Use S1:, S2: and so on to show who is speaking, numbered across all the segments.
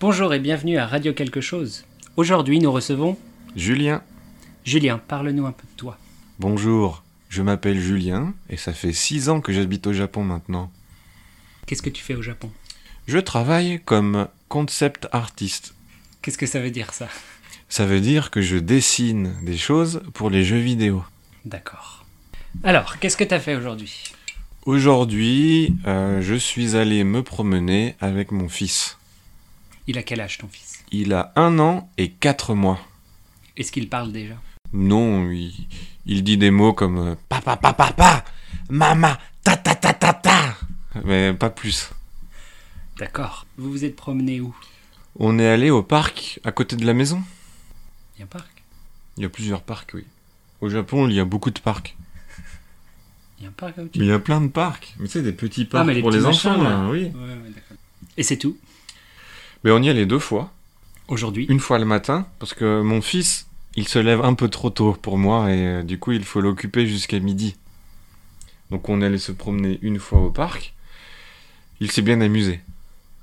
S1: Bonjour et bienvenue à Radio Quelque chose. Aujourd'hui, nous recevons
S2: Julien,
S1: Julien. Parle-nous un peu de toi.
S2: bonjour, je m'appelle Julien et ça fait 6 ans que j'habite au Japon maintenant.
S1: Qu'est-ce que tu fais au Japon
S2: Je travaille comme concept artiste.
S1: Qu'est-ce que ça veut dire ça
S2: Ça veut dire que je dessine des choses pour les jeux vidéo.
S1: D'accord. Alors, qu'est-ce que t'as fait aujourd'hui
S2: Aujourd'hui, euh, je suis allé me promener avec mon fils.
S1: Il a quel âge ton fils
S2: Il a un an et quatre mois.
S1: Est-ce qu'il parle déjà
S2: Non, il, il dit des mots comme euh, papa, papa, papa, maman, ta ta ta ta ta. Mais pas plus.
S1: D'accord. Vous vous êtes promené où
S2: On est allé au parc à côté de la maison.
S1: Il y a un parc
S2: Il y a plusieurs parcs, oui. Au Japon, il y a beaucoup de parcs.
S1: Il y a un parc là-haut
S2: Il y a plein de parcs. Mais tu sais, des petits parcs
S1: Ah, mais les
S2: pour les
S1: petits
S2: enfants,
S1: machins,
S2: là,
S1: là.
S2: oui.
S1: Ouais, ouais, d'accord. Et c'est tout
S2: Mais on y allait deux fois.
S1: Aujourd'hui
S2: Une fois le matin, parce que mon fils, il se lève un peu trop tôt pour moi, et euh, du coup, il faut l'occuper jusqu'à midi. Donc on allait se promener une fois au parc. Il s'est bien amusé.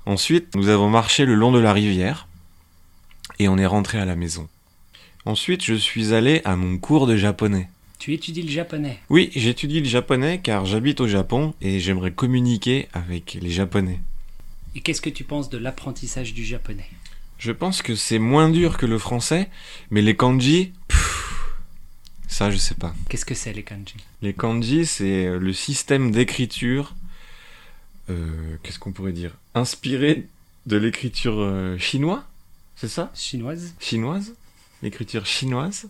S2: Ensuite, nous avons marché le long de la rivière, et on est rentré à la maison. Ensuite, je suis allé à mon cours de japonais.
S1: Tu étudies le japonais
S2: Oui, j'étudie le japonais car j'habite au Japon et j'aimerais communiquer avec les japonais.
S1: Et qu'est-ce que tu penses de l'apprentissage du japonais
S2: Je pense que c'est moins dur que le français, mais les kanji, pff, ça je sais pas.
S1: Qu'est-ce que c'est les kanji
S2: Les kanji, c'est euh, le système d'écriture, euh, qu'est-ce qu'on pourrait dire Inspiré de l'écriture euh, chinoise, c'est ça
S1: Chinoise
S2: Chinoise L'écriture chinoise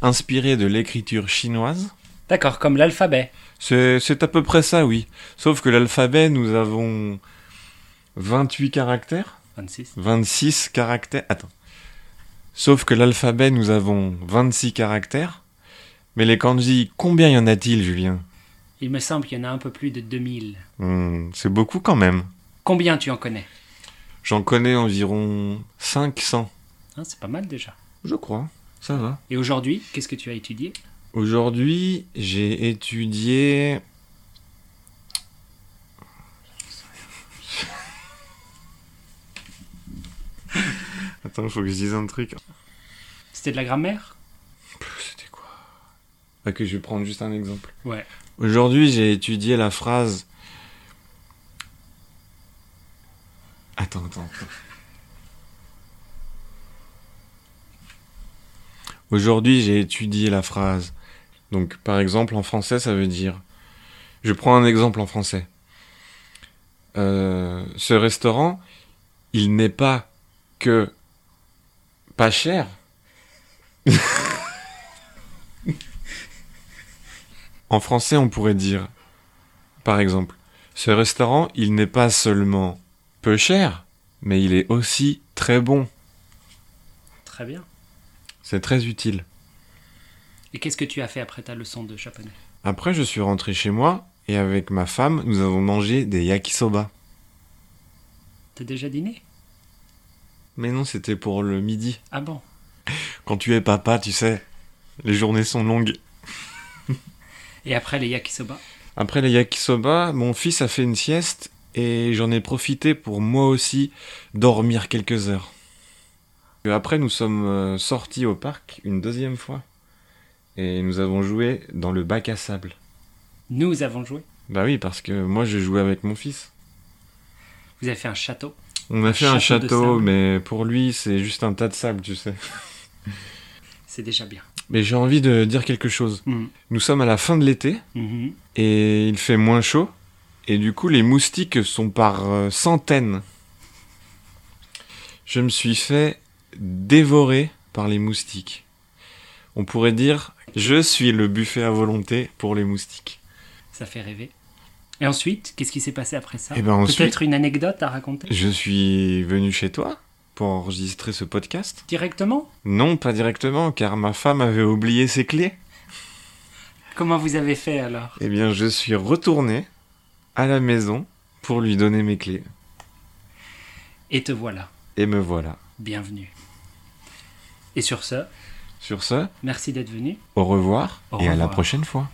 S2: Inspiré de l'écriture chinoise
S1: D'accord, comme l'alphabet.
S2: C'est c'est à peu près ça, oui. Sauf que l'alphabet, nous avons 28 caractères.
S1: 26.
S2: 26 caractères. Attends. Sauf que l'alphabet, nous avons 26 caractères. Mais les kanji, combien y en a-t-il, Julien
S1: Il me semble qu'il y en a un peu plus de 2000.
S2: Hmm, C'est beaucoup quand même.
S1: Combien tu en connais
S2: J'en connais environ 500.
S1: Hein, C'est pas mal déjà.
S2: Je crois. Ça va.
S1: Et aujourd'hui, qu'est-ce que tu as étudié
S2: Aujourd'hui, j'ai étudié. Attends, faut que je dise un truc.
S1: C'était de la grammaire
S2: Pff, C'était quoi Ok, je vais prendre juste un exemple.
S1: Ouais.
S2: Aujourd'hui, j'ai étudié la phrase. Attends, attends. attends. Aujourd'hui, j'ai étudié la phrase. Donc, par exemple, en français, ça veut dire. Je prends un exemple en français. Euh, ce restaurant, il n'est pas que pas cher. en français, on pourrait dire, par exemple, ce restaurant, il n'est pas seulement peu cher, mais il est aussi très bon.
S1: Très bien.
S2: C'est très utile.
S1: Et qu'est-ce que tu as fait après ta leçon de japonais
S2: Après, je suis rentré chez moi et avec ma femme, nous avons mangé des yakisoba.
S1: T'as déjà dîné
S2: Mais non, c'était pour le midi.
S1: Ah bon
S2: Quand tu es papa, tu sais, les journées sont longues.
S1: Et après les yakisoba
S2: Après les yakisoba, mon fils a fait une sieste et j'en ai profité pour moi aussi dormir quelques heures. Et Après, nous sommes euh, sortis au parc une deuxième fois et nous avons joué dans le bac à sable.
S1: Nous avons joué.
S2: Bah oui, parce que moi, je jouais avec mon fils.
S1: Vous avez fait un château.
S2: On a fait un
S1: château de
S2: château,
S1: sable.
S2: mais pour lui, c'est juste un tas de sable, tu sais.
S1: C'est déjà bien.
S2: Mais j'ai envie de dire quelque chose.
S1: Mhm.
S2: Nous sommes à la fin de l'été
S1: Mhm.
S2: et il fait moins chaud. Et du coup, les moustiques sont par euh, centaines. Je me suis fait dévorer par les moustiques. On pourrait dire, je suis le buffet à volonté pour les moustiques.
S1: Ça fait rêver. Et ensuite, qu'est-ce qui s'est passé après ça
S2: Eh ben, ensuite-
S1: Ah, Peut-être une anecdote à raconter
S2: Je suis venu chez toi pour enregistrer ce podcast.
S1: Directement
S2: Non, pas directement, car ma femme avait oublié ses clés.
S1: Comment vous avez fait alors
S2: Eh bien, je suis retourné à la maison pour lui donner mes clés.
S1: Et te voilà.
S2: Et me voilà.
S1: Bienvenue. Et sur ce,
S2: Sur ce,
S1: merci d'être venu.
S2: au revoir
S1: Au
S2: et à la
S1: revoir.
S2: prochaine fois.